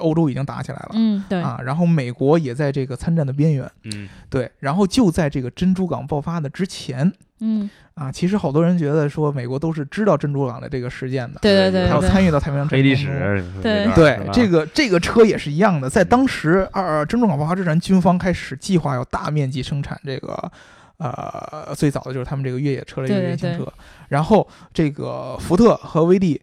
欧洲已经打起来了，
嗯，对，
啊，然后美国也在这个参战的边缘，
嗯
对，然后就在这个珍珠港爆发的之前
嗯，
啊，其实好多人觉得说美国都是知道珍珠港的这个事件的，
对对
对
对
还有
对，
参与到太平洋
黑
战
历
争中。
史
对
嗯
那段儿
对
是吧
这个这个车也是一样的，在当时二珍珠港爆发之前，军方开始计划要大面积生产这个，呃，最早的就是他们这个越野车的一个
对对
原型
对
车，然后这个福特和威利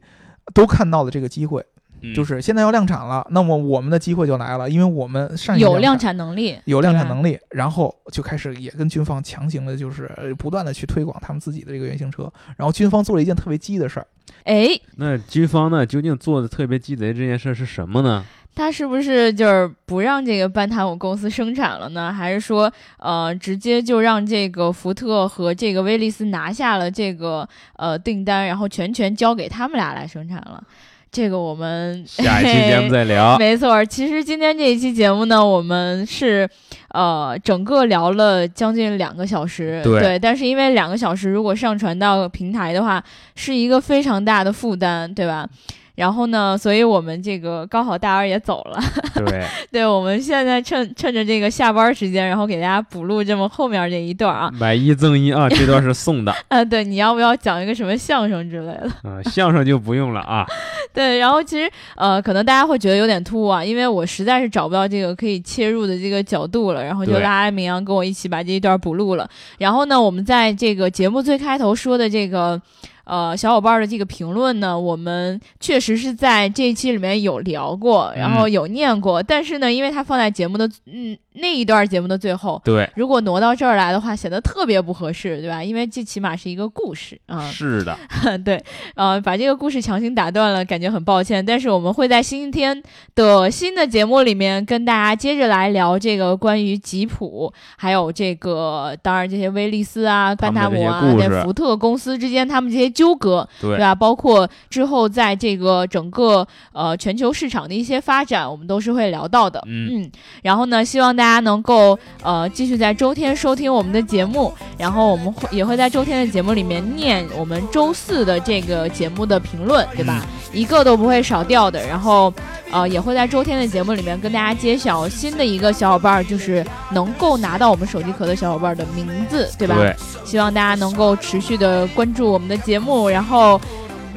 都看到了这个机会，
嗯
就是现在要量产了，那么我们的机会就来了，因为我们上一
有
辆
量产能力，
有量产
对吧
能力，然后就开始也跟军方强行的，就是呃不断的去推广他们自己的这个原型车。然后军方做了一件特别鸡的事儿，
哎，
那军方呢，究竟做的特别鸡贼这件事儿是什么 呢？
他是不是就是不让这个班塔姆公司生产了呢？还是说，呃，直接就让这个福特和这个威利斯拿下了这个呃订单，然后全权交给他们俩来生产了？这个我们
下一期节目再聊。
没错儿，其实今天这一期节目呢，我们是呃整个聊了将近两个小时，
对
但是因为两个小时如果上传到平台的话，是一个非常大的负担，对吧？然后呢，所以我们这个高考大二也走了，
对，
对，我们现在趁趁着这个下班时间，然后给大家补录这么后面这一段啊，呃
买一赠一啊，这段是送的，呃
啊，对，你要不要讲一个什么相声之类的？
嗯、相声就不用了啊。
对，然后其实呃，可能大家会觉得有点突兀啊，因为我实在是找不到这个可以切入的这个角度了，然后就
对
拉明阳跟我一起把这一段补录了。然后呢，我们在这个节目最开头说的这个。呃，小伙伴的这个评论呢，我们确实是在这一期里面有聊过，然后有念过，但是呢，因为它放在节目的嗯那一段节目的最后，
对，
如果挪到这儿来的话，显得特别不合适，对吧？因为这起码是一个故事啊。
是的，
对，呃，把这个故事强行打断了，感觉很抱歉。但是我们会在星期天的新的节目里面跟大家接着来聊这个关于吉普，还有这个当然这些威利斯啊、班
他
达
们的
姆啊
这些、故
在
事
福特公司之间他们这些纠葛，对
对，
吧？包括之后在这个整个呃全球市场的一些发展，我们都是会聊到的。
嗯
然后呢，希望大家能够呃继续在周天收听我们的节目，然后我们会也会在周天的节目里面念我们周四的这个节目的评论，对吧？一个都不会少掉的。然后呃也会在周天的节目里面跟大家揭晓新的一个小伙伴儿，就是能够拿到我们手机壳的小伙伴儿的名字，对吧？
对，
希望大家能够持续的关注我们的节目，然后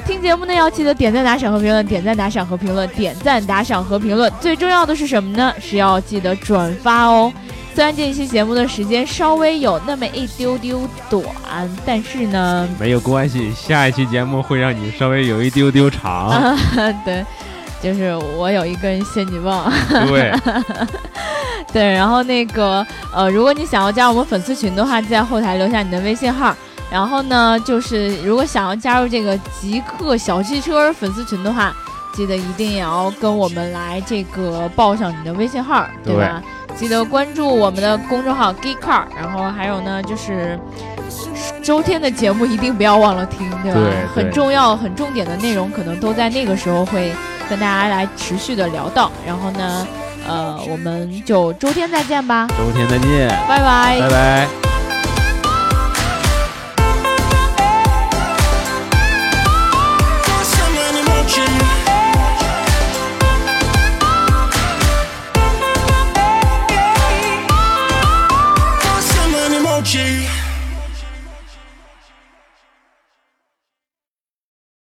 听节目呢要记得点赞、打赏和评论，点赞、打赏和评论，点赞、打赏和评论。最重要的是什么呢？是要记得转发哦。虽然这一期节目的时间稍微有那么一丢丢短，但是呢，
没有关系，下一期节目会让你稍微有一丢 丢长，
对，就是我有一根仙女棒。
对，
对，然后那个呃，如果你想要加我们粉丝群的话，在后台留下你的微信号。然后呢，就是如果想要加入这个极客小汽车粉丝群的话，记得一定也要跟我们来这个报上你的微信号，对吧？记得关注我们的公众号 Geek Car，然后还有呢就是。周天的节目一定不要忘了听，对吧？
对对
很重要、很重点的内容，可能都在那个时候会跟大家来持续的聊到。然后呢，呃，我们就周天再见吧，
周天再见，
拜拜
拜拜。